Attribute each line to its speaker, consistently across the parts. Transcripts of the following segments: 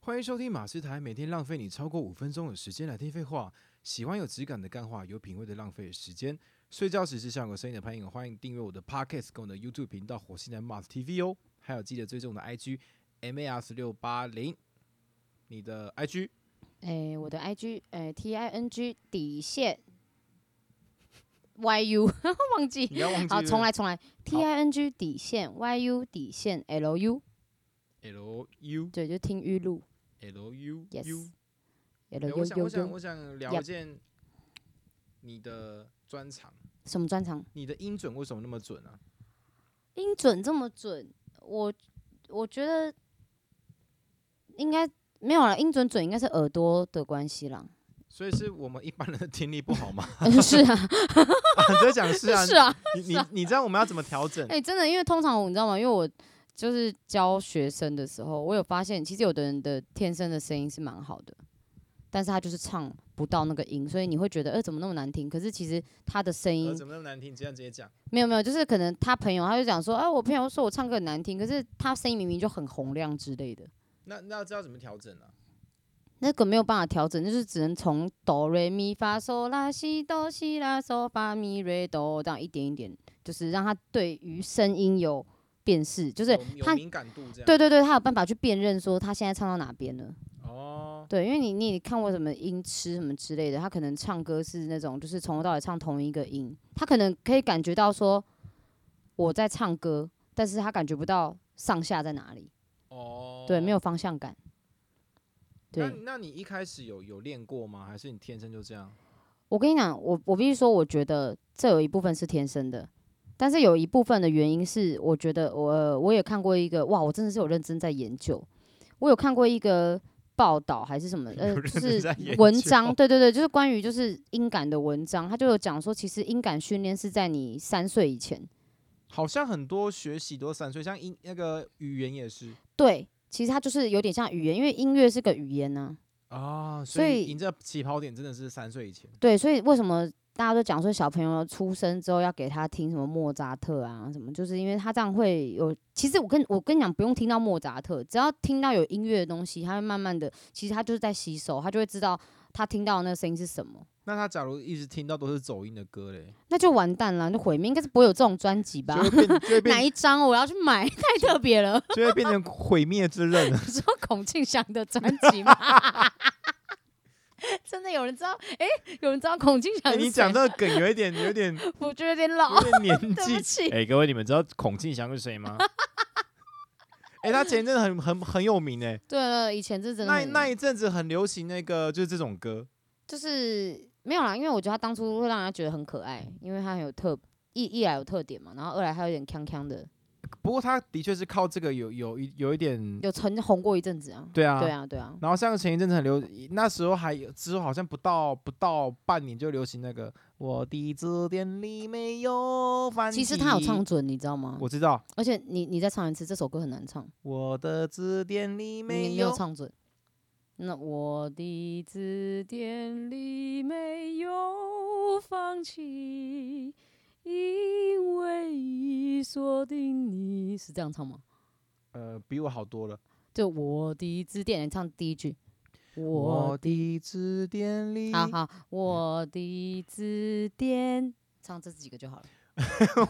Speaker 1: 欢迎收听马斯台，每天浪费你超过五分钟的时间来听废话。喜欢有质感的干话，有品味的浪费时间。睡觉时是上有声音的朋友，欢迎订阅我的 Podcast 跟我的 YouTube 频道火星人 Mars TV 哦。还有记得追踪我的 IG MAS 六八零，你的 IG
Speaker 2: 哎、我的 IG 哎、T I N G 底线 Y U 忘记，
Speaker 1: 你要忘记
Speaker 2: 好，重来重来
Speaker 1: 好
Speaker 2: ，T I N G 底线 Y U 底线 L U，
Speaker 1: L U
Speaker 2: 对，就听语录
Speaker 1: L U U
Speaker 2: ，yes。L
Speaker 1: 哎我
Speaker 2: U
Speaker 1: 想，我
Speaker 2: U
Speaker 1: 想，
Speaker 2: U，
Speaker 1: 我想聊
Speaker 2: Yup
Speaker 1: 一件你的专长，
Speaker 2: 什么专长？
Speaker 1: 你的音准为什么那么准啊？
Speaker 2: 音准这么准，我我觉得应该没有了，音准准应该是耳朵的关系啦。
Speaker 1: 所以是我们一般人的听力不好吗？
Speaker 2: 嗯是啊，
Speaker 1: 啊你在讲是 啊，
Speaker 2: 是啊，
Speaker 1: 你你你知道我们要怎么调整
Speaker 2: 哎、？真的，因为通常我你知道吗？因为我就是教学生的时候，我有发现，其实有的人的天生的声音是蛮好的，但是他就是唱不到那个音，所以你会觉得，呃，怎么那么难听？可是其实他的声
Speaker 1: 呃
Speaker 2: 音
Speaker 1: 怎么那么难听？这样直接讲，
Speaker 2: 没有没有，就是可能他朋友他就讲说，哎、我朋友说我唱歌很难听，可是他声音明明就很洪亮之类的，
Speaker 1: 那那要知道怎么调整啊？
Speaker 2: 那个没有办法调整，就是只能从哆瑞咪发嗦啦西哆西啦嗦发咪瑞哆这样一点一点，就是让他对于声音有辨识，就是
Speaker 1: 有有
Speaker 2: 他
Speaker 1: 敏感度这样。
Speaker 2: 对对对，他有办法去辨认说他现在唱到哪边了。
Speaker 1: 哦，
Speaker 2: 对，因为你你也看过什么音痴什么之类的，他可能唱歌是那种就是从头到尾唱同一个音，他可能可以感觉到说我在唱歌，但是他感觉不到上下在哪里，
Speaker 1: 哦，
Speaker 2: 对，没。有方向感。
Speaker 1: 那
Speaker 2: 对，
Speaker 1: 那你一开始有有练过吗？还是你天生就这样？
Speaker 2: 我跟你讲，我我必须说，我觉得这有一部分是天生的，但是有一部分的原因是，我觉得我我也看过一个，哇，我真的是有认真在研究，我有看过一个报道还是 什么，呃，
Speaker 1: 有认
Speaker 2: 就
Speaker 1: 真
Speaker 2: 是
Speaker 1: 在研
Speaker 2: 文
Speaker 1: 究
Speaker 2: 章，对对对，就是关于就是音感的文章，他就有讲说，其实音感训练是在你三岁以前，
Speaker 1: 好像很多学习都散碎，像英那个语言也是
Speaker 2: 对，其实它就是有点像语言，因为音乐是个语言呢、
Speaker 1: 啊，
Speaker 2: 所
Speaker 1: 所以
Speaker 2: 以
Speaker 1: 赢在起跑点真的是三岁以前。
Speaker 2: 对，所以为什么大家都讲说小朋友出生之后要给他听什么莫扎特啊什么，就是因为他这样会有。其实我跟我跟你讲，不用听到莫扎特，只要听到有音乐的东西，他会慢慢的，其实他就是在吸收，他就会知道他听到的那个声音是什么，
Speaker 1: 那他假如一直听到都是走音的歌嘞，
Speaker 2: 那就完蛋了，就毁灭。应该是不会有这种专辑
Speaker 1: 就
Speaker 2: 吧？
Speaker 1: 会变就会
Speaker 2: 哪
Speaker 1: 变
Speaker 2: 一张我要去买？ 太特别了。
Speaker 1: 就会变成毁灭之刃 了。
Speaker 2: 你说孔庆祥的专辑吗？ 真的有人知道？哎、有人知道孔庆
Speaker 1: 哎
Speaker 2: 祥是谁吗？
Speaker 1: 你讲这个梗有一点有一 点有
Speaker 2: 我觉得有点老，
Speaker 1: 一点年
Speaker 2: 对
Speaker 1: 纪
Speaker 2: 不起。
Speaker 1: 哎、各位，你们知道孔庆祥是谁 吗？哎、他前一阵很很很有名哎、
Speaker 2: 对对，以前是真的
Speaker 1: 那一
Speaker 2: 很
Speaker 1: 那一阵子很流行那个就是这种歌，
Speaker 2: 就是没有啦，因为我觉得他当初会让人家觉得很可爱，因为他很有特一一来有特点嘛，然后二来他有点锵锵的，
Speaker 1: 不过他的确是靠这个有有一有一点，
Speaker 2: 有曾红过一阵子啊。
Speaker 1: 对啊，
Speaker 2: 对啊，对啊，
Speaker 1: 然后像前一阵子很流，那时候还有之后好像不到不到半年就流行那个我的字典里没有翻。
Speaker 2: 其实他有唱，准，你知道吗？
Speaker 1: 我知道
Speaker 2: 而且你你再唱一次，这首歌很难唱，
Speaker 1: 我的字典里
Speaker 2: 你没
Speaker 1: 没
Speaker 2: 有
Speaker 1: 有。
Speaker 2: 唱准。那我的字典里没有放弃，因为已锁定你，是这样唱吗？
Speaker 1: 呃，比我好多了。
Speaker 2: 就我的字典，你唱第一句。
Speaker 1: 我的字典里，
Speaker 2: 好好，我的字典，唱这几个就好了。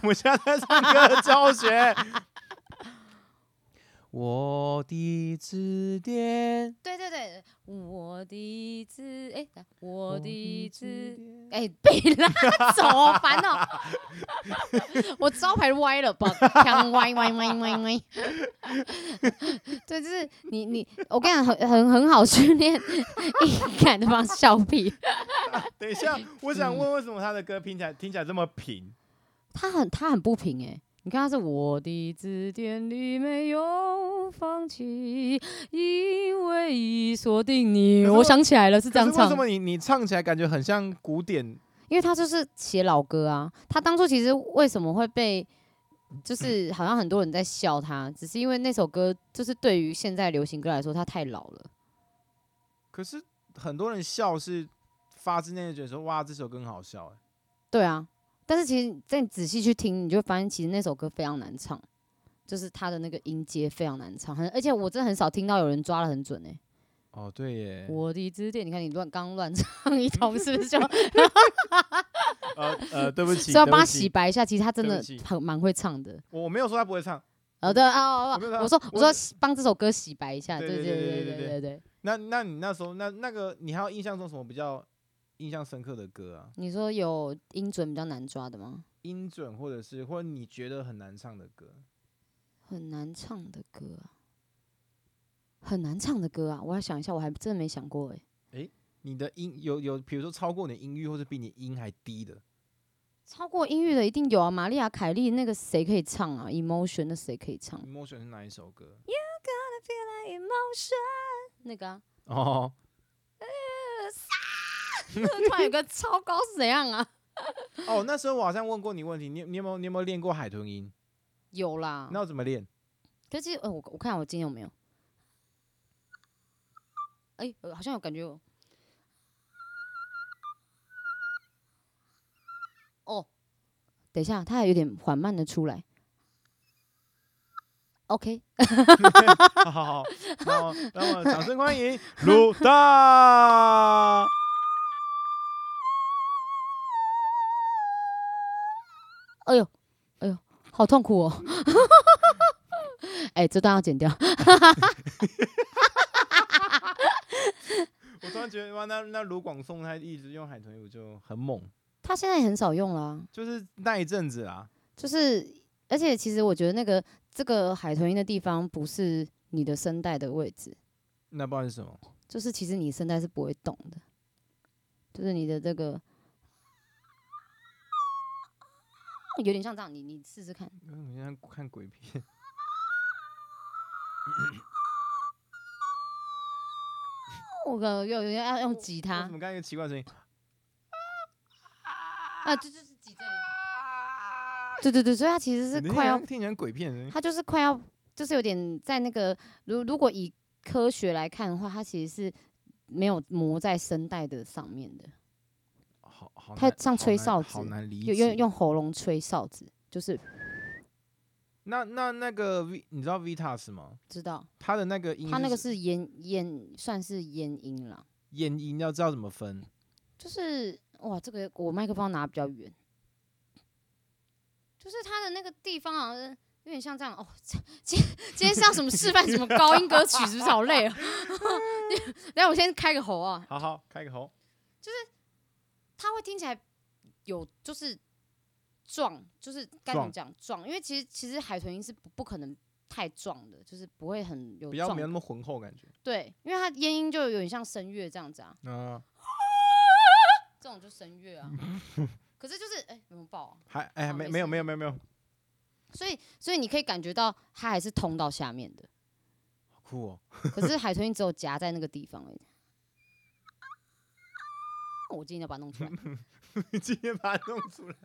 Speaker 1: 我们现在在唱歌教学。我的字典，
Speaker 2: 对对对，我的字，哎、我的字，
Speaker 1: 典
Speaker 2: 哎、被拉走，好烦 哦！我招牌歪了吧？枪歪歪歪歪歪。 对，就是你你，我跟你讲，很很很好训练 音感的方式，笑屁。
Speaker 1: 等一
Speaker 2: 哎
Speaker 1: 下，我
Speaker 2: 嗯
Speaker 1: 想问，为什么他的歌听起来听起来这么平？
Speaker 2: 他很他很不平哎、你看他是我的字典里没有放弃，因为已锁定你。
Speaker 1: 可是
Speaker 2: 我
Speaker 1: 我
Speaker 2: 想起来了，是
Speaker 1: 可
Speaker 2: 这样
Speaker 1: 是为
Speaker 2: 唱
Speaker 1: 什，么你你唱起来感觉很像古典？
Speaker 2: 因为他就是写老歌啊。他当初其实为什么会被，就是
Speaker 1: 嗯
Speaker 2: 好像很多人在笑他，只是因为那首歌就是对于现在流行歌来说，他太老了。
Speaker 1: 可是很多人笑是发自内心地觉得说，哇，这首歌很好笑、欸。
Speaker 2: 对啊，但是其实在你仔细去听，你就会发现其实那首歌非常难唱，就是他的那个音阶非常难唱，很而且我真的很少听到有人抓的很准哎、
Speaker 1: 哦，对耶，
Speaker 2: 我的支点，你看你乱刚乱唱一通，是不是就
Speaker 1: 呃呃，对不起，
Speaker 2: 是要啊
Speaker 1: 对不
Speaker 2: 帮他
Speaker 1: 起
Speaker 2: 洗白一下？其实他真
Speaker 1: 对
Speaker 2: 的
Speaker 1: 不起
Speaker 2: 很蛮会唱的。
Speaker 1: 我我没有说他不会唱，
Speaker 2: 哦，对哦，
Speaker 1: 我没有
Speaker 2: 哦
Speaker 1: 唱
Speaker 2: 我说
Speaker 1: 我
Speaker 2: 我说洗帮这首歌洗白一下，
Speaker 1: 对
Speaker 2: 对
Speaker 1: 对
Speaker 2: 对
Speaker 1: 对对
Speaker 2: 对
Speaker 1: 对
Speaker 2: 对对对。
Speaker 1: 那那你那时候那那个你还有印象中什么比较印象深刻的歌啊？
Speaker 2: 你说有音准比较难抓的吗？
Speaker 1: 音准或者是或者你觉得很难唱的歌？
Speaker 2: 很难唱的歌啊，很难唱的歌啊，我要想一下，我还真的没想过哎、
Speaker 1: 你的音有有，比如说超过你的音域，或者比你音还低的，
Speaker 2: 超过音域的一定有啊，玛丽亚·凯莉那个谁可以唱啊？Emotion 那谁可以唱
Speaker 1: emotion 是哪一首歌？
Speaker 2: ？Emotion 那个啊，
Speaker 1: 哦，
Speaker 2: 突然有个超高是怎样啊？
Speaker 1: 哦，那时候我好像问过你问题，你你有没有你有没有练过海豚音？
Speaker 2: 有啦，
Speaker 1: 那我怎么 练？
Speaker 2: 可是呃，我我看我今天有没有？哎、呃好像有感觉有。哦，等一下，它还有点缓慢的出来。OK，
Speaker 1: 好好好，好，让我们掌声欢迎鲁大。
Speaker 2: 哎呦，哎呦，好痛苦哦！ 哎、这段要剪掉。
Speaker 1: 我突然觉得哇，那那卢广仲他一直用海豚音，我就很猛，
Speaker 2: 他现在也很少用啦、
Speaker 1: 就是那一阵子啊，
Speaker 2: 就是而且其实我觉得那个这个海豚音的地方不是你的声带的位置，
Speaker 1: 那不知道是什么。
Speaker 2: 就是其实你声带是不会动的，就是你的这个有点像这样，你你试试看，
Speaker 1: 嗯，像看鬼片。
Speaker 2: 我个有有点要用
Speaker 1: 我
Speaker 2: 吉
Speaker 1: 我
Speaker 2: 他
Speaker 1: 怎么刚才一个奇怪的声音？
Speaker 2: 啊，这就是挤这里，对对对，所以它其实是
Speaker 1: 啊你
Speaker 2: 快要
Speaker 1: 听起来，听起来很鬼片的声音。
Speaker 2: 它就是快要，就是有点在那个，如如果以科学来看的话，它其实是没有磨在声带的上面的，
Speaker 1: 好好
Speaker 2: 它
Speaker 1: 难
Speaker 2: 像
Speaker 1: 好
Speaker 2: 吹
Speaker 1: 难
Speaker 2: 哨子
Speaker 1: 好难理解。
Speaker 2: 用用用喉咙吹哨子，就是
Speaker 1: 那那那个 V，你知道 Vitas 吗？
Speaker 2: 知道
Speaker 1: 他的那个音，
Speaker 2: 它那个是延延算是延音了。
Speaker 1: 咽音，要知道怎么分。
Speaker 2: 就是哇，这个我麦克风拿比较远，就是它的那个地方好像是有点像这样哦。 这今天今天是要什么示范什么高音歌曲，是不是好累 啊？来，我先开个喉啊，
Speaker 1: 好好开个喉，
Speaker 2: 它会听起来有就是壮，就是该怎么讲壮？因为其实其实海豚音是不不可能太壮的，就是不会很有
Speaker 1: 比较
Speaker 2: 壮
Speaker 1: 没有那么浑厚感觉。
Speaker 2: 对，因为它烟音就有点像声乐这样子啊，
Speaker 1: 啊，
Speaker 2: 这种就声 乐啊。可是就是哎，怎么爆啊？
Speaker 1: 还哎
Speaker 2: 好
Speaker 1: 没
Speaker 2: 没
Speaker 1: 没有
Speaker 2: 事
Speaker 1: 没有没有没有，
Speaker 2: 所以，所以你可以感觉到它还是通到下面的，
Speaker 1: 好酷 哦。
Speaker 2: 可是海豚音只有夹在那个地方而已。我今天要把它弄 出来，
Speaker 1: 你今天把它弄出来。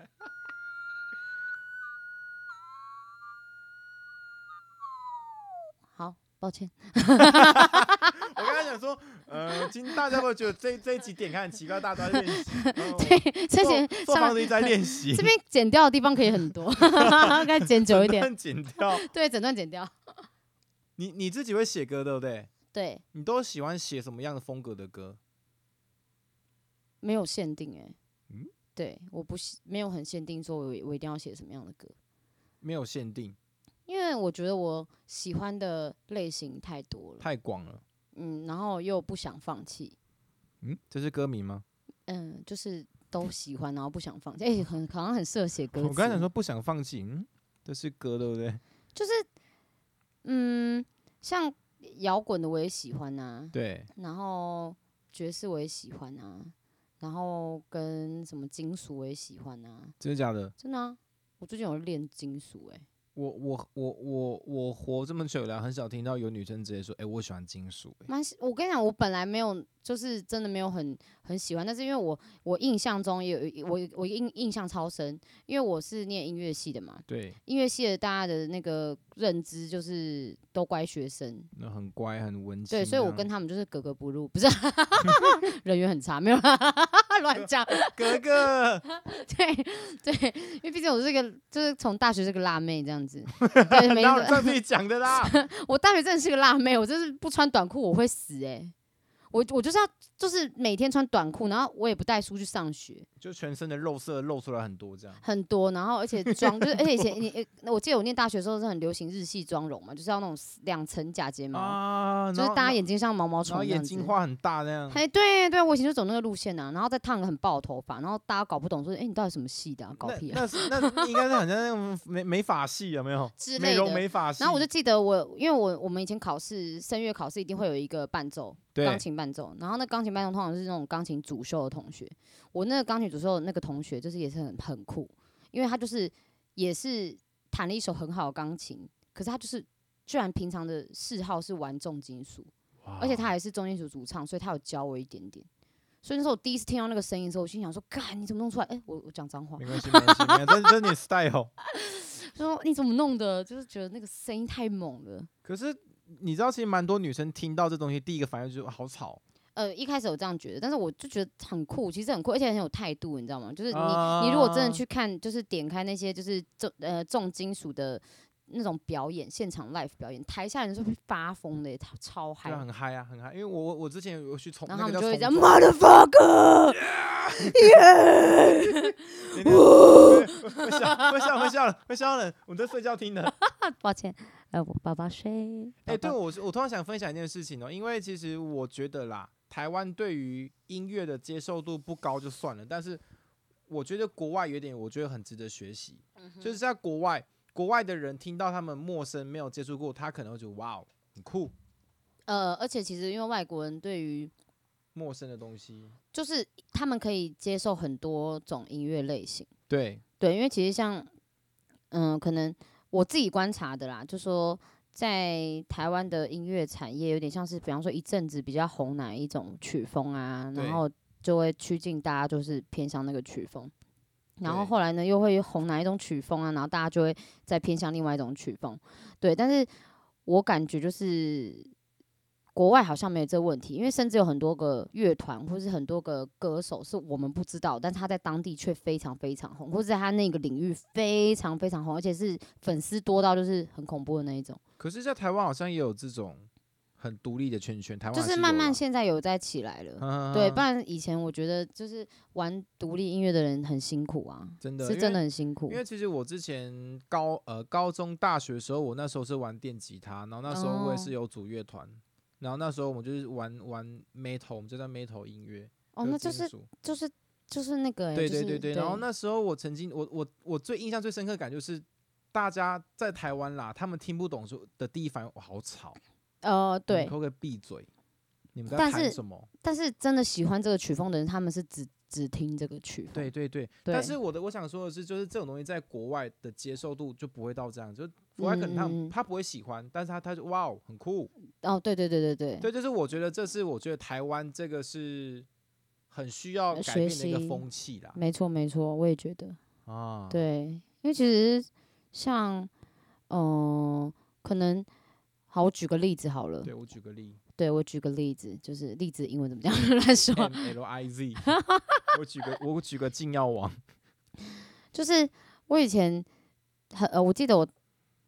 Speaker 2: 好，抱歉。
Speaker 1: 我刚才想说，呃，今大家都觉得这这一集点开很奇怪，大家都在 练习。然后我
Speaker 2: 对，这些
Speaker 1: 做做
Speaker 2: 上
Speaker 1: 方一直在练习，
Speaker 2: 这边剪掉的地方可以很 多，该剪久一
Speaker 1: 整
Speaker 2: 点。
Speaker 1: 段 剪掉。
Speaker 2: 对，整段剪掉。
Speaker 1: 你你自己会写歌对不对？
Speaker 2: 对，
Speaker 1: 你都喜欢写什么样的风格的歌？
Speaker 2: 没有限定哎、
Speaker 1: 嗯
Speaker 2: 对，我不是没有很限定，说我我一定要写什么样的歌，
Speaker 1: 没有限定，
Speaker 2: 因为我觉得我喜欢的类型太多了，
Speaker 1: 太广了。
Speaker 2: 嗯，然后又不想放弃，
Speaker 1: 嗯，这是歌名吗？
Speaker 2: 嗯，就是都喜欢，然后不想放弃。哎、很好像很适合写歌词。
Speaker 1: 我刚才想说，不想放弃，嗯，这是歌对不对？
Speaker 2: 就是嗯，像摇滚的我也喜欢啊，
Speaker 1: 对，
Speaker 2: 然后爵士我也喜欢啊，然后跟什么金属我也喜欢啊，
Speaker 1: 真的假的？
Speaker 2: 真的啊。我最近有练金属、哎，
Speaker 1: 我我我我我活这么久以来，很少听到有女生直接说，哎、我喜欢金属、哎，
Speaker 2: 蛮喜我跟你讲，我本来没有，就是真的没有很很喜欢，但是因为我我印象中也有我我印印象超深，因为我是念音乐系的嘛，
Speaker 1: 对，
Speaker 2: 音乐系的大家的那个认知就是都乖学生，
Speaker 1: 那很乖，很文静这
Speaker 2: 对，
Speaker 1: 样。
Speaker 2: 所以我跟他们就是格格不入，不是 人缘很差，没有啦 乱讲，
Speaker 1: 格 格，
Speaker 2: 对对，因为毕竟我是一个就是从大学是个辣妹这样 子，对， 没
Speaker 1: 然后
Speaker 2: 有，
Speaker 1: 让自己讲的啦。
Speaker 2: 我大学真的是个辣妹，我真是不穿短裤我会死哎、我我就是要就是每天穿短裤，然后我也不带书去上学，
Speaker 1: 就全身的肉色露出来很多这样。
Speaker 2: 很多，然后而且妆就是，而且以 前你呃我记得我念大学的时候是很流行日系妆容嘛，就是要那种两层假睫毛，
Speaker 1: 啊，
Speaker 2: 就是
Speaker 1: 然
Speaker 2: 搭
Speaker 1: 后
Speaker 2: 眼睛像毛毛
Speaker 1: 然后
Speaker 2: 虫那
Speaker 1: 眼
Speaker 2: 样子
Speaker 1: 睛。画很大那样。
Speaker 2: 哎，对对，我以前就走那个路线啊，然后再烫个很爆的头发，然后大家搞不懂说，哎，你到底什么系的、啊，搞屁啊
Speaker 1: 那那是那应该是好像那种美美发系有没有？
Speaker 2: 之
Speaker 1: 美
Speaker 2: 类
Speaker 1: 容
Speaker 2: 的。
Speaker 1: 美发系。
Speaker 2: 然后我就记得我，因为我我们以前考试声乐考试一定会有一个伴奏，
Speaker 1: 对
Speaker 2: 钢，琴伴奏，然后那钢琴伴奏通常是那种钢琴主修的同学。我那个钢琴主修的那个同学，就是也是很很酷，因为他就是也是弹了一手很好的钢琴，可是他就是居然平常的嗜好是玩重金属，而且他还是重金属主唱，所以他有教我一点点。所以那时候我第一次听到那个声音的时候，我心想说：“干，你怎么弄出来？”哎、我我讲脏话
Speaker 1: 没，关系没关系，没关系这这是你的 style。
Speaker 2: 说你怎么弄的？就是觉得那个声音太猛了。
Speaker 1: 可是你知道，其实蛮多女生听到这东西，第一个反应就是哇好吵。
Speaker 2: 呃，一开始有这样觉得，但是我就觉得很酷，其实很酷，而且很有态度，你知道吗？就是你、你如果真
Speaker 1: 啊
Speaker 2: 的去看，就是点开那些就是重呃重金属的那种表演，现场 live 表演，台下人是会发疯的耶，超超嗨
Speaker 1: 对。啊，很嗨啊，很嗨！因为我我我之前有去重，
Speaker 2: 然
Speaker 1: 那
Speaker 2: 后他
Speaker 1: 个叫
Speaker 2: 们就会这样
Speaker 1: 重
Speaker 2: ，motherfucker，
Speaker 1: 对对 对会笑会笑会笑了会笑了，我在睡觉听 的。
Speaker 2: 啊抱歉，呃，我宝宝睡。
Speaker 1: 哎、对
Speaker 2: 宝宝
Speaker 1: 我是我突然想分享一件事情哦，因为其实我觉得啦，台湾对于音乐的接受度不高就算了，但是我觉得国外有一点，我觉得很值得学习，
Speaker 2: 嗯
Speaker 1: 就是在国外，国外的人听到他们陌生没有接触过，他可能会觉得哇哦，很酷，
Speaker 2: 呃，而且其实因为外国人对于
Speaker 1: 陌生的东西，
Speaker 2: 就是他们可以接受很多种音乐类型。
Speaker 1: 对，
Speaker 2: 对，因为其实像，嗯，可能我自己观察的啦，就说在台湾的音乐产业有点像是，比方说一阵子比较红哪一种曲风啊，
Speaker 1: 对
Speaker 2: 然后就会趋近大家就是偏向那个曲风，然后
Speaker 1: 对
Speaker 2: 后来呢又会红哪一种曲风啊，然后大家就会再偏向另外一种曲风，对，但是我感觉就是。国外好像没有这问题，因为甚至有很多个乐团或是很多个歌手是我们不知道，但是他在当地却非常非常红，或是在他那个领域非常非常红，而且是粉丝多到就是很恐怖的那一种。
Speaker 1: 可是，在台湾好像也有这种很独立的圈圈，台湾
Speaker 2: 就
Speaker 1: 还
Speaker 2: 是
Speaker 1: 有
Speaker 2: 慢慢
Speaker 1: 啦
Speaker 2: 现在有在起来了，
Speaker 1: 嗯
Speaker 2: 对，不然以前我觉得就是玩独立音乐的人很辛苦啊，
Speaker 1: 真的
Speaker 2: 是
Speaker 1: 因
Speaker 2: 真的
Speaker 1: 为
Speaker 2: 很辛苦
Speaker 1: 因。为其实我之前高呃高中大学的时候，我那时候是玩电吉他，然后那时候我也
Speaker 2: 哦
Speaker 1: 是有组乐团，然后那时候我们就是玩玩 metal，我们就在 metal 音乐。
Speaker 2: 哦，那就是
Speaker 1: 金属
Speaker 2: 就是就是那个欸、
Speaker 1: 对
Speaker 2: 就
Speaker 1: 对
Speaker 2: 是
Speaker 1: 对对。然后那时候我曾经我我我最印象最深刻的感就是。大家在台湾啦，他们听不懂说的第一反应，哇，好吵！
Speaker 2: 呃
Speaker 1: 你们
Speaker 2: 对
Speaker 1: 可，不可以闭嘴？你们在
Speaker 2: 但
Speaker 1: 谈
Speaker 2: 是
Speaker 1: 什么？
Speaker 2: 但是真的喜欢这个曲风的人，他们是只只听这个曲风，
Speaker 1: 对对对，
Speaker 2: 对
Speaker 1: 但是我的我想说的是，就是这种东西在国外的接受度就不会到这样，就是国外可能他、
Speaker 2: 嗯嗯嗯
Speaker 1: 他不会喜欢，但是他他就哇哦很酷，
Speaker 2: 哦对对对对对，
Speaker 1: 对，就是我觉得这是我觉得台湾这个是很需要
Speaker 2: 呃
Speaker 1: 改
Speaker 2: 学
Speaker 1: 变的一个
Speaker 2: 习
Speaker 1: 风气啦
Speaker 2: 没错没错，我也觉得。
Speaker 1: 啊，，
Speaker 2: 对，因为其实像，嗯、可能好，我举个例子好了。
Speaker 1: 对我举个例
Speaker 2: 对，我举个例子，就是例子英文怎么讲
Speaker 1: 嗯
Speaker 2: 乱说，
Speaker 1: ，M L I Z，我举个我举个禁药王，
Speaker 2: 就是我以前很，呃，我记得我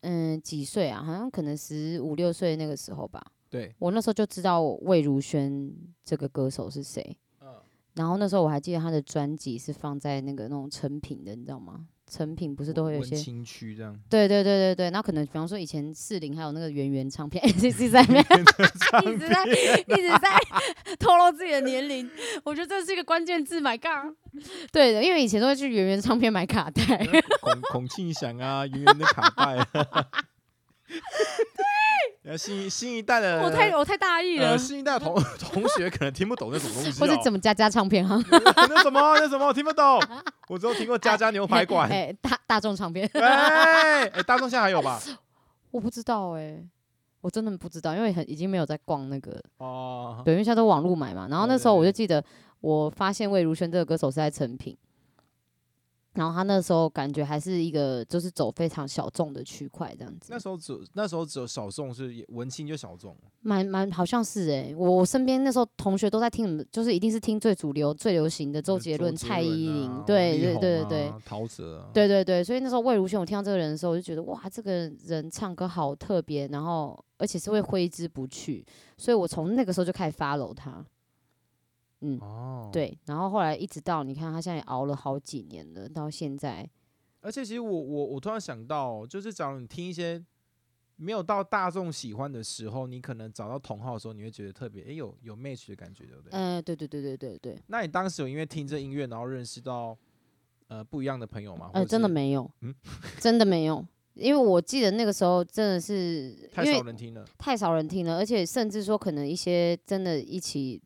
Speaker 2: 嗯几岁啊，好像可能十五六岁那个时候吧，
Speaker 1: 对，
Speaker 2: 我那时候就知道魏如萱这个歌手是谁。
Speaker 1: 嗯，
Speaker 2: 然后那时候我还记得她的专辑是放在那个那种成品的，你知道吗？成品不是都会有一
Speaker 1: 文
Speaker 2: 些
Speaker 1: 青区这样，
Speaker 2: 对对对对对，那可能比方说以前四零还有那个圆圆唱片 ，A C C 在面一直在一直在 透露自己的年龄，我觉得这是一个关键字买卡。对的，因为以前都会去圆圆唱片买卡带，
Speaker 1: 孔孔庆祥啊，圆圆的卡带啊， 对，新新一代的
Speaker 2: 我太我太大意了，
Speaker 1: 呃，新一代的 同同学可能听不懂那什么东西、哦，
Speaker 2: 或者怎么加加唱片哈，
Speaker 1: 那什么那什 么我听不懂，我只有听过家家牛排馆。
Speaker 2: 哎、大大众唱片，
Speaker 1: 哎哎，大众现在还有 吧？
Speaker 2: 我不知道哎、我真的不知道，因为很已经没有在逛那个，
Speaker 1: 哦，
Speaker 2: 对，因为现在都网络买嘛。然后
Speaker 1: 对
Speaker 2: 那
Speaker 1: 对
Speaker 2: 时候我
Speaker 1: 对
Speaker 2: 就记得，我发现魏如萱这个歌手是在成品，然后他那时候感觉还是一个就是走非常小众的区块这样子
Speaker 1: 那，时候只那时候只有小众是也文青就小众，
Speaker 2: 蛮蛮好像是诶、我我身边那时候同学都在听什么，就是一定是听最主流、最流行的周
Speaker 1: 呃
Speaker 2: 杰伦、蔡依林，
Speaker 1: 啊
Speaker 2: 对
Speaker 1: 王力
Speaker 2: 对
Speaker 1: 宏
Speaker 2: 对对对
Speaker 1: 啊，陶喆啊，
Speaker 2: 对对对，所以那时候魏如萱，我听到这个人的时候，我就觉得哇，这个人唱歌好特别，然后而且是会挥之不去，所以我从那个时候就开始 follow 他。嗯，
Speaker 1: 哦，
Speaker 2: 对，然后后来一直到你看他现在也熬了好几年了，到现在，
Speaker 1: 而且其实我我我突然想到，就是假如你听一些没有到大众喜欢的时候，你可能找到同好的时候，你会觉得特别诶，有有 match 的感觉，对不哦对？
Speaker 2: 嗯、对对对对对对，
Speaker 1: 那你当时有因为听这音乐，然后认识到呃不一样的朋友吗？或
Speaker 2: 呃，
Speaker 1: 者
Speaker 2: 真的
Speaker 1: 是
Speaker 2: 没有，
Speaker 1: 嗯
Speaker 2: 真的没有，因为我记得那个时候真的是
Speaker 1: 太
Speaker 2: 因为
Speaker 1: 少人听了，
Speaker 2: 太少人听了，而且甚至说可能一些真的一起，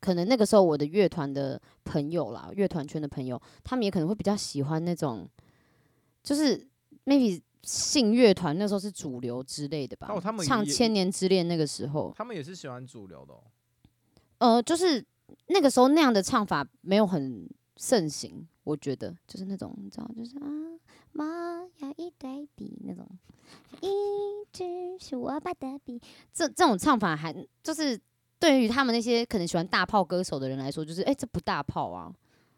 Speaker 2: 可能那个时候我的乐团的朋友啦，乐团圈的朋友，他们也可能会比较喜欢那种，就是 maybe 信乐团那时候是主流之类的吧，
Speaker 1: 哦他们
Speaker 2: 唱《
Speaker 1: 也
Speaker 2: 千年之恋》那个时候，
Speaker 1: 他们也是喜欢主流的、哦。
Speaker 2: 呃，就是那个时候那样的唱法没有很盛行，我觉得就是那种你知道，就是啊，我要一支笔那种，一支是我爸的笔，这这种唱法还就是对于他们那些可能喜欢大炮歌手的人来说，就是哎、这不大炮啊。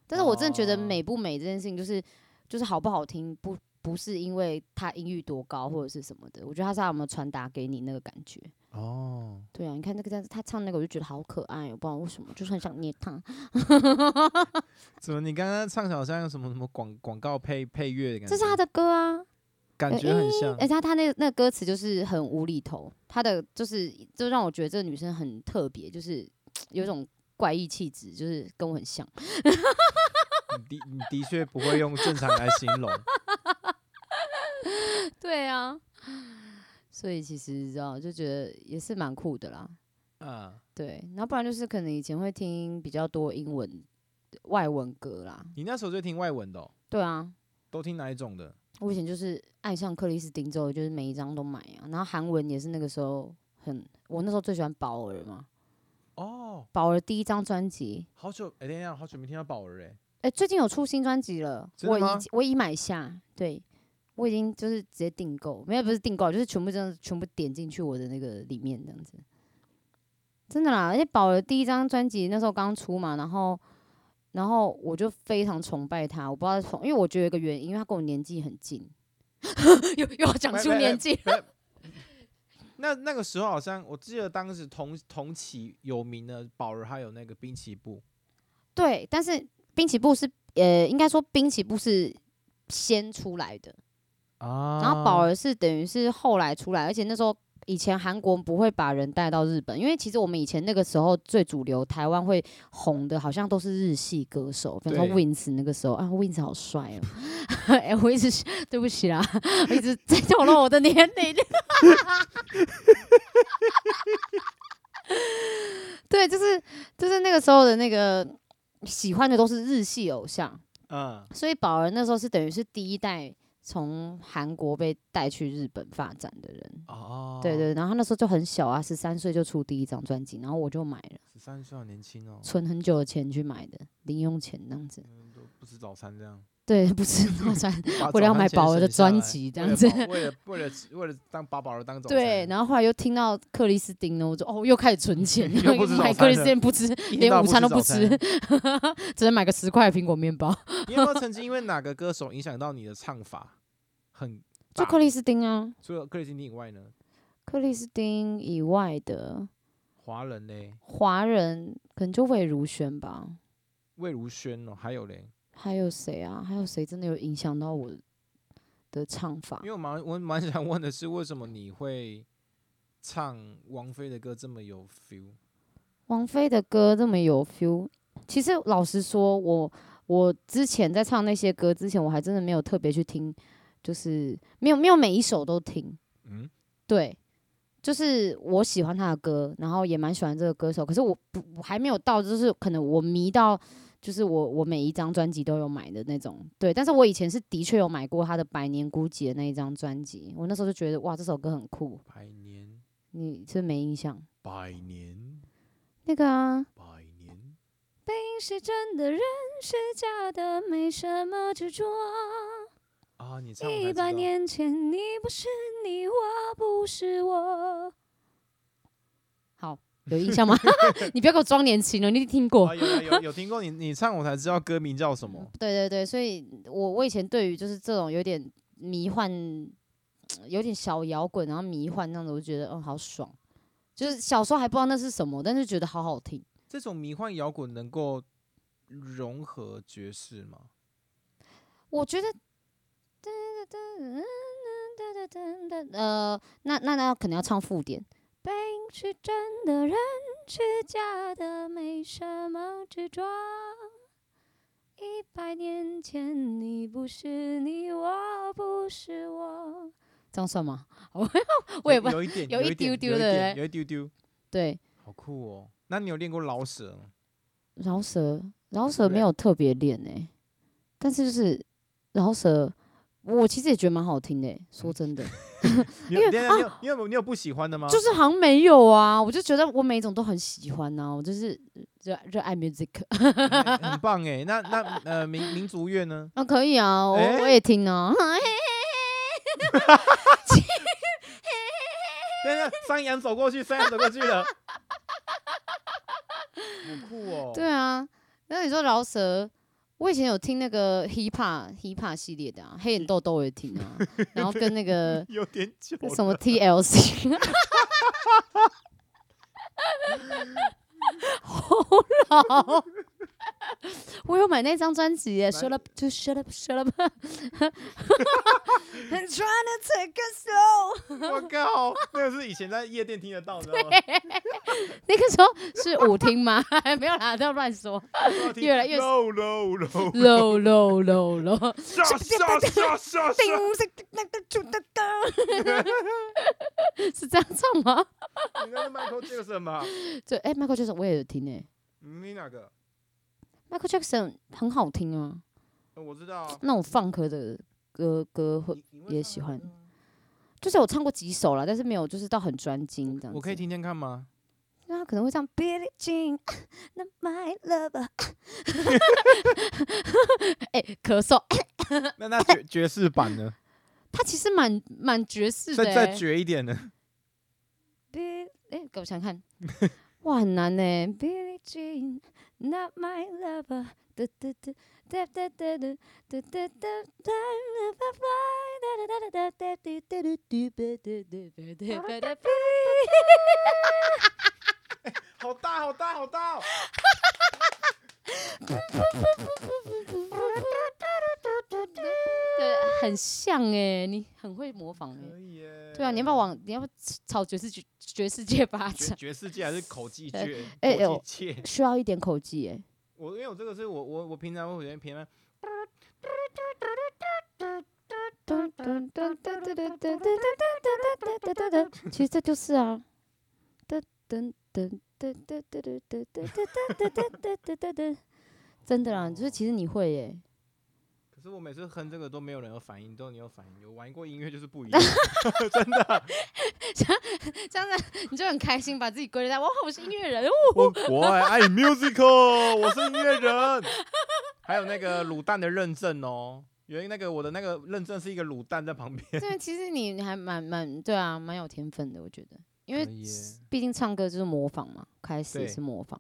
Speaker 2: 但是我真的觉得
Speaker 1: 哦
Speaker 2: 美不美这件事情，就是就是好不好听，不不是因为他音域多高或者是什么的，我觉得他是他有没有传达给你那个感觉。
Speaker 1: 哦，
Speaker 2: 对啊，你看那个这样子，他唱那个我就觉得好可爱哦，我不知道为什么，就是很想捏他。
Speaker 1: 怎么你刚刚唱起来好像有什么什么广广告配配乐的感觉？
Speaker 2: 这是他的歌啊，
Speaker 1: 感
Speaker 2: 呃
Speaker 1: 觉很像。
Speaker 2: 而且他他那那个歌词就是很无厘头，他的就是就让我觉得这个女生很特别，就是有一种怪异气质，就是跟我很像。呃
Speaker 1: 你的你的确不会用正常来形容。
Speaker 2: 对啊，所以其实你知道，就觉得也是蛮酷的啦。
Speaker 1: 嗯，
Speaker 2: 对，然后不然就是可能以前会听比较多英文外文歌啦。
Speaker 1: 你那时候就听外文的、哦，
Speaker 2: 对啊，
Speaker 1: 都听哪一种的？
Speaker 2: 我以前就是爱上克里斯汀之后，就是每一张都买啊。然后韩文也是那个时候很，我那时候最喜欢宝儿嘛，
Speaker 1: 哦，
Speaker 2: 宝儿第一张专辑，
Speaker 1: 好久哎，等一下，好久没听到宝儿哎。
Speaker 2: 哎、最近有出新专辑了，
Speaker 1: 真的
Speaker 2: 我已
Speaker 1: 吗
Speaker 2: 经我已买下，对我已经就是直接订购，没有不是订购，就是全部这样全部点进去我的那个里面这样子，真的啦。而且宝儿第一张专辑那时候刚出嘛，然后然后我就非常崇拜他，我不知道从，因为我觉得有一个原因，因为他跟我年纪很近， 又又要讲
Speaker 1: 喂
Speaker 2: 出
Speaker 1: 喂喂
Speaker 2: 年纪，
Speaker 1: 那那个时候好像我记得当时同同期有名的宝儿，还有那个滨崎步。
Speaker 2: 对，但是滨崎步是呃，应该说滨崎步是先出来的，
Speaker 1: 啊
Speaker 2: 然后宝儿是等于是后来出来，而且那时候以前韩国不会把人带到日本，因为其实我们以前那个时候最主流台湾会红的，好像都是日系歌手，比如说
Speaker 1: 对
Speaker 2: Wins 那个时候啊，Wins 好帅哦， 哎、我一直对不起啦，我一直在透露我的年龄。 对，就是就是那个时候的那个喜欢的都是日系偶像，
Speaker 1: 嗯，
Speaker 2: 所以宝儿那时候是等于是第一代从韩国被带去日本发展的人。
Speaker 1: 哦，
Speaker 2: 对，对，然后他那时候就很小啊，十三岁就出第一张专辑，然后我就买了，
Speaker 1: 十三岁好年轻哦，
Speaker 2: 存很久的钱去买的，零用钱那样子。
Speaker 1: 嗯都不吃早餐这 样。
Speaker 2: 对，不是 那么算
Speaker 1: 把
Speaker 2: 为了
Speaker 1: 早餐
Speaker 2: 要买
Speaker 1: 钱
Speaker 2: 宝
Speaker 1: 省
Speaker 2: 儿的
Speaker 1: 下
Speaker 2: 专
Speaker 1: 来
Speaker 2: 辑这
Speaker 1: 为
Speaker 2: 样
Speaker 1: 了
Speaker 2: 子
Speaker 1: 宝为了为了为了当把宝儿当早餐。，
Speaker 2: 对，然后后来又听到克里斯汀了，我就哦，又开始存 钱
Speaker 1: 又不吃早
Speaker 2: 买
Speaker 1: 餐
Speaker 2: 克里斯
Speaker 1: 了
Speaker 2: 汀不吃，
Speaker 1: 一天
Speaker 2: 连
Speaker 1: 到晚
Speaker 2: 午餐都
Speaker 1: 不
Speaker 2: 不
Speaker 1: 早
Speaker 2: 吃
Speaker 1: 餐
Speaker 2: 只能买个十块的苹果面包。
Speaker 1: 你有没有曾经因为哪个歌手影响到你的唱法？很大
Speaker 2: 就克里斯汀啊，
Speaker 1: 除了克里斯汀以外呢，
Speaker 2: 克里斯汀以外的
Speaker 1: 华人嘞，
Speaker 2: 华人，可能就魏如萱吧。
Speaker 1: 魏如萱哦，还有嘞，
Speaker 2: 还有谁啊？还有谁真的有影响到我的唱法
Speaker 1: 因？为我蛮我蛮想问的是，为什么你会唱王菲的歌这么有 feel？
Speaker 2: 王菲的歌这么有 feel，其实老实说，我我之前在唱那些歌之前，我还真的没有特别去听，就是没有没有每一首都听。
Speaker 1: 嗯，
Speaker 2: 对，就是我喜欢他的歌，然后也蛮喜欢这个歌手，可是我不我还没有到，就是可能我迷到。就是我，我每一张专辑都有买的那种，对。但是我以前是的确有买过他的《百年孤寂》的那一张专辑，我那时候就觉得哇，这首歌很酷。
Speaker 1: 百年，
Speaker 2: 你是不是没印象？
Speaker 1: 百年，
Speaker 2: 那个啊，
Speaker 1: 百年，
Speaker 2: 冰是真的，人是假的，没什么执着。
Speaker 1: 啊，你唱我才
Speaker 2: 一
Speaker 1: 知道
Speaker 2: 百年前，你不是你，我不是我。好，有印象吗？ 你不要给我装年轻了，你一定听过。嗯
Speaker 1: 啊，有有 有有听过你你唱我才知道歌名叫什么。
Speaker 2: 对对对，所以我我以前对于就是这种有点迷幻，有点小摇滚，然后迷幻那样子，我就觉得嗯好爽。就是小时候还不知道那是什么，但是觉得好好听。
Speaker 1: 这种迷幻摇滚能够融合爵士吗？
Speaker 2: 我觉得，嗯呃，那那那可能要唱副点。冰是真的，人是假的，没什么执着。一百年前，你不是你，我不是我，这样算吗？ 我我也
Speaker 1: 有
Speaker 2: 不
Speaker 1: 有一点，
Speaker 2: 有
Speaker 1: 有
Speaker 2: 一
Speaker 1: 点
Speaker 2: 丢丢
Speaker 1: 有一
Speaker 2: 对不
Speaker 1: 点
Speaker 2: 对
Speaker 1: 有一丢丢，
Speaker 2: 对，
Speaker 1: 好酷哦。那你有练过老舍 吗？
Speaker 2: 饶舌，饶舌没
Speaker 1: 对
Speaker 2: 有特别练诶，但是就是饶舌，我其实也觉得蛮好听的、欸
Speaker 1: 嗯
Speaker 2: 说真的。
Speaker 1: 你有，等一下你有你有没有你有不喜欢的吗？
Speaker 2: 就是好像没有啊，我就觉得我每一种都很喜欢啊呐、我就是热热爱 music
Speaker 1: 很很棒哎。那那呃民民族乐呢？
Speaker 2: 啊，可以啊，我、
Speaker 1: 欸
Speaker 2: 我也听啊，
Speaker 1: 等一下，山羊走过去，山羊走过去了，好酷哦。
Speaker 2: 对啊，那你说饶舌，我以前有听那个 hip hop hip hop 系列的啊，黑眼豆豆我也听啊，然后跟那个
Speaker 1: 有点久了。
Speaker 2: 什么 TLC，好老。我有买那张专辑耶
Speaker 1: 买
Speaker 2: ，Shut up to shut up shut up，I'm trying to take it slow。
Speaker 1: 我靠，那个是以前在夜店听得到，你知哦道吗？
Speaker 2: 那个时候是舞厅吗？ 没有啦，不要乱说。越来越
Speaker 1: low low low
Speaker 2: low low low low，
Speaker 1: 下下下下
Speaker 2: 叮是那个就哒哒， 是这样唱吗？
Speaker 1: 你那是 Michael Jackson 吗？
Speaker 2: 对，哎、m i c h a e l Jackson 我也有听诶、
Speaker 1: 你哪个？
Speaker 2: Michael Jackson 很好听啊，
Speaker 1: 呃我知道啊。
Speaker 2: 那种放歌的歌歌会，
Speaker 1: 你
Speaker 2: 也喜欢。
Speaker 1: 嗯
Speaker 2: 就是我唱过几首啦，但是没有就是到很专精这样。
Speaker 1: 我可以，听听看吗？
Speaker 2: 那他可能会唱 Billie Jean，那 My Lover，哎、咳嗽，
Speaker 1: 那那爵爵士版呢？
Speaker 2: 他其实蛮蛮爵士的、
Speaker 1: 再再
Speaker 2: 欸。
Speaker 1: 绝一点 呢？
Speaker 2: Bill，哎、给我想看，哇，很难呢、Billie Jean，Not My Lover，哒哒哒哒哒哒哒哒哒哒哒哒哒哒哒哒哒哒哒哒哒哒哒哒。
Speaker 1: 好大好大好大哦！
Speaker 2: 对，很像哎、你很会模仿哎、
Speaker 1: 可以耶。
Speaker 2: 对啊，你要不要往你要不要朝爵士界爵士界发
Speaker 1: 爵
Speaker 2: 展？
Speaker 1: 爵士界还是口技
Speaker 2: 哎
Speaker 1: 界？
Speaker 2: 哎哎
Speaker 1: 口
Speaker 2: 我
Speaker 1: 技界。
Speaker 2: 需要一点口技哎、
Speaker 1: 我因为我这个是我我我平常会有点偏
Speaker 2: 其实这就是啊。真的啦，就是其实你会耶、
Speaker 1: 可是我每次哼这个都没有人有反应，都你有反应。有玩过音乐就是不一样，真的。
Speaker 2: 这样子你就很开心，把自己归类在哇，我是音乐 人哦。
Speaker 1: 我我爱 musical，我是音乐人。还有那个卤蛋的认证哦，原来那个我的那个认证是一个卤蛋在旁边。
Speaker 2: 对，其实你你还蛮蛮对啊，蛮有天分的，我觉得，因为
Speaker 1: 可以耶
Speaker 2: 毕竟唱歌就是模仿嘛，开始
Speaker 1: 对
Speaker 2: 是模仿，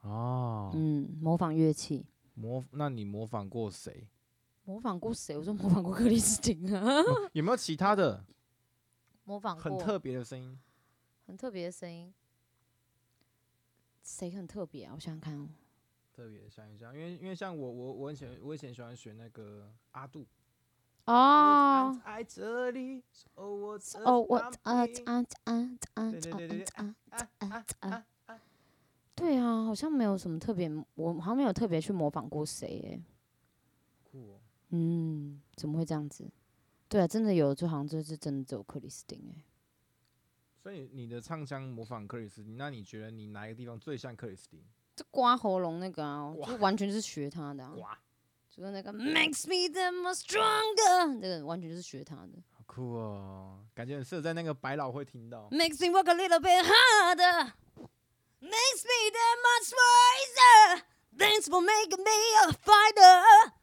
Speaker 1: 哦，
Speaker 2: 嗯，模仿乐器。
Speaker 1: 模那你模仿过谁？
Speaker 2: 模仿过谁？我说模仿过克里斯汀啊，
Speaker 1: 有没有其他的
Speaker 2: 模仿过
Speaker 1: 很特别的声音？
Speaker 2: 很特别的声音，谁很特别啊？我想想看哦，
Speaker 1: 特别想一下，因为因为像我我我以前我以前喜欢学那个阿杜。我
Speaker 2: 哦
Speaker 1: 站在这里，哦我这
Speaker 2: 哦，我
Speaker 1: 旁
Speaker 2: 啊啊
Speaker 1: 边
Speaker 2: 啊啊啊
Speaker 1: 对对对对
Speaker 2: 啊
Speaker 1: 啊
Speaker 2: 啊
Speaker 1: 啊
Speaker 2: 啊
Speaker 1: 啊
Speaker 2: 啊！对啊，好像没有什么特别，我好像没有特别去模仿过谁耶。
Speaker 1: 酷哦，
Speaker 2: 嗯，怎么会这样子？对啊，真的有，就好像就是真的只有克里斯汀哎。
Speaker 1: 所以你的唱腔模仿克里斯汀，那你觉得你哪一个地方最像克里斯汀？
Speaker 2: 这刮喉咙那个啊，
Speaker 1: 刮
Speaker 2: 就完全就是学他的、啊，
Speaker 1: 哇，
Speaker 2: 就是那个 makes me the most stronger，这个完全就是学他的。
Speaker 1: 好酷哦，感觉很适合在那个百老汇听到。
Speaker 2: Makes me work a little bit harder. Makes me that much wiser.
Speaker 3: Thanks for making me a fighter。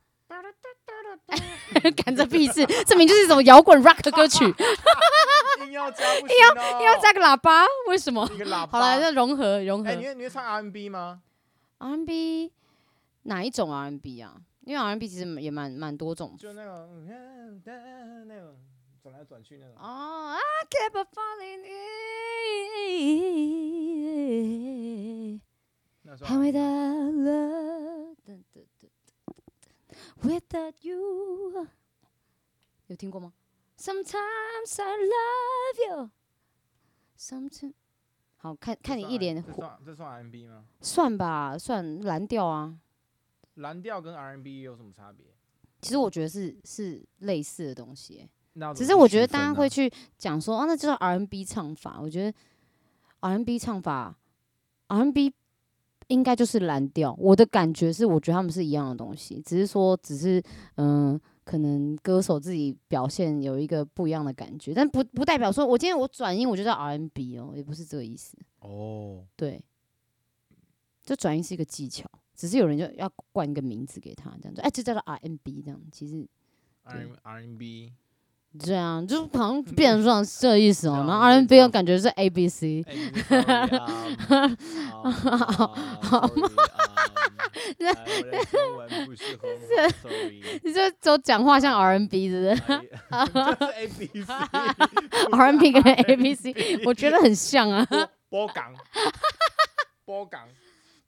Speaker 2: 干这屁事，这明就是一种摇滚 rock 的歌 曲，
Speaker 1: 硬要加不行哦，
Speaker 2: 要加个喇叭，为什么？
Speaker 1: 一个喇叭。
Speaker 2: 好嗯了，要融合融合
Speaker 1: 哎，你会你会唱 R&B 吗？
Speaker 2: ，R&B 哪一种 R&B 啊？因为 R&B 其实也蛮蛮多种
Speaker 1: 就那个嗯那种转来转去那种。
Speaker 2: 哦、i keep on falling in
Speaker 1: 那时候
Speaker 2: and without love, dun, dun, dun, dun, without you，有听过吗？Sometimes I love you, sometimes 好看看你一脸
Speaker 1: 这
Speaker 2: 火，
Speaker 1: 算这算 R&B 吗？
Speaker 2: 算吧，算蓝调啊。
Speaker 1: 蓝调跟 R&B 有什么差别？
Speaker 2: 其实我觉得是是类似的东西欸、
Speaker 1: 那要怎
Speaker 2: 只
Speaker 1: 么
Speaker 2: 是
Speaker 1: 去
Speaker 2: 我
Speaker 1: 区
Speaker 2: 觉得
Speaker 1: 分
Speaker 2: 大家
Speaker 1: 呢
Speaker 2: 会去讲说，哦，那就是 R&B 唱法。我觉得 R&B 唱法，R&B 应该就是蓝调。我的感觉是，我觉得他们是一样的东西，只是说，只是嗯、可能歌手自己表现有一个不一样的感觉，但不不代表说我今天我转音我就叫 R&B 哦，也不是这个意思。
Speaker 1: 哦，
Speaker 2: 对，就转音是一个技巧，只是有人就要冠一个名字给他，这样就哎，就叫做 R&B 这样，其实
Speaker 1: R R&B，
Speaker 2: 这样就好像变成这这意思哦
Speaker 1: 对啊。
Speaker 2: 然后
Speaker 1: 我觉得
Speaker 2: R&B
Speaker 1: 这样
Speaker 2: 我感觉是 A B C，
Speaker 1: 哎你是 sorry，嗯 啊 sorry，嗯哎我的中文不是很好 sorry
Speaker 2: 你这走讲话像 R&B 是不是
Speaker 1: 哎这是 A B C 不 是
Speaker 2: ？R&B 跟 A B C，我 觉得很像啊。
Speaker 1: 波波港，波港，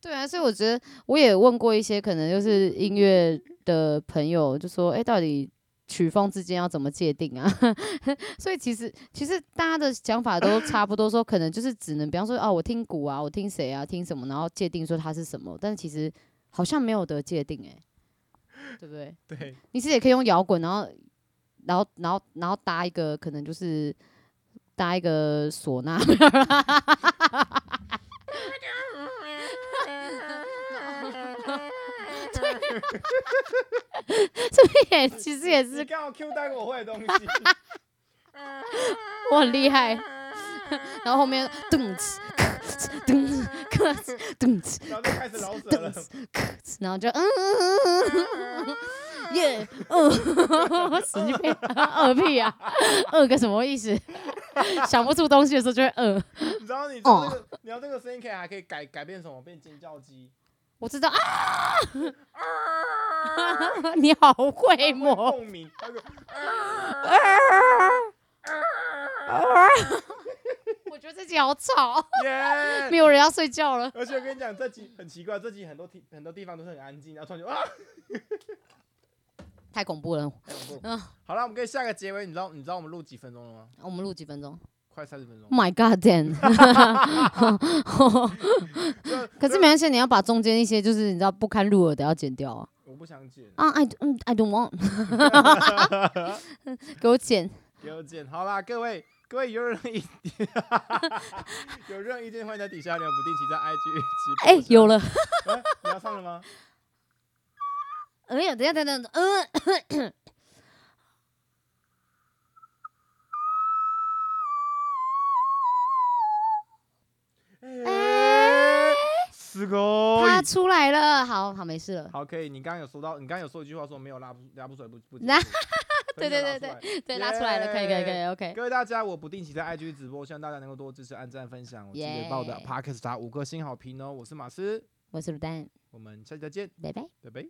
Speaker 2: 对啊，所以我觉得我也问过一些可能就是音乐的朋友，就说，哎、到底曲风之间要怎么界定啊？ 所以其实其实大家的想法都差不多，说可能就是只能，比方说，哦，我听鼓啊，我听谁啊，听什么，然后界定说它是什么，但是其实好像没有得界定、欸，哎，对不对？
Speaker 1: 对，
Speaker 2: 你其实也可以用摇滚，然后，然后，然后，然后搭一个可能就是搭一个唢呐，这也其实也
Speaker 1: 你
Speaker 2: 是
Speaker 1: 刚好 Q 到一个我会的东 西，
Speaker 2: 我很厉害。然后后面咚哧咚哧咔哧咚哧
Speaker 1: 然后就开始饶舌
Speaker 2: 咚
Speaker 1: 了。
Speaker 2: 哧咔哧，然后就嗯嗯嗯嗯嗯，耶，嗯，神经病，饿屁啊，饿个什么意思？想不出东西的时候就会饿。
Speaker 1: 你知道你知道
Speaker 2: 哦
Speaker 1: 这个，你要这个声音可以还可以改改变什么？变尖叫 鸡。
Speaker 2: 我知道啊，你好会
Speaker 1: 它会
Speaker 2: 模，
Speaker 1: 共鸣，它会
Speaker 2: 我觉得自己好吵，没
Speaker 1: 耶！
Speaker 2: 有人要睡觉了。
Speaker 1: 而且我跟你讲，这集很奇怪，这集很多地很多地方都是很安静，然后突然就啊，
Speaker 2: 太恐怖了，
Speaker 1: 太恐怖好了，我们可以下个结尾。你知道你知道我们录几分钟了吗？
Speaker 2: 我们录几分钟
Speaker 1: 快三十分钟。
Speaker 2: ，Oh ？My God, Dan！
Speaker 1: 就
Speaker 2: 可是没关系，你要把中间一些就是你知道不堪入耳的要剪掉啊。
Speaker 1: 我不想剪，
Speaker 2: 啊、i 嗯，I don't want，给 我剪。
Speaker 1: 给我剪。好啦，各位各位有任何意 有任何意见，欢迎在底下留言，不定期在 IG 直播。
Speaker 2: 哎、有
Speaker 1: 了、
Speaker 2: 了，
Speaker 1: 哎你要唱了吗？
Speaker 2: 哎呀，等一下，等一下等一下，嗯，
Speaker 1: 哎，すご
Speaker 2: 他
Speaker 1: い。
Speaker 2: 出来了，好好没事了。
Speaker 1: 好，可以。你刚刚有说到，你刚刚有说一句话说没有拉不拉不出来不 不结束。
Speaker 2: 拉
Speaker 1: 所以没有拉
Speaker 2: 对对对
Speaker 1: 出来
Speaker 2: 对，拉出来了，可以，可以，可以，OK。
Speaker 1: 各位大家，我不定期在 IG 直播，希望大家能够多支持、按赞、分享。我记得把我的
Speaker 2: Yeah
Speaker 1: Podcast 打五颗星好评哦。我是马斯，
Speaker 2: 我是卤蛋，
Speaker 1: 我们下期再见，
Speaker 2: 拜拜。
Speaker 1: 拜拜。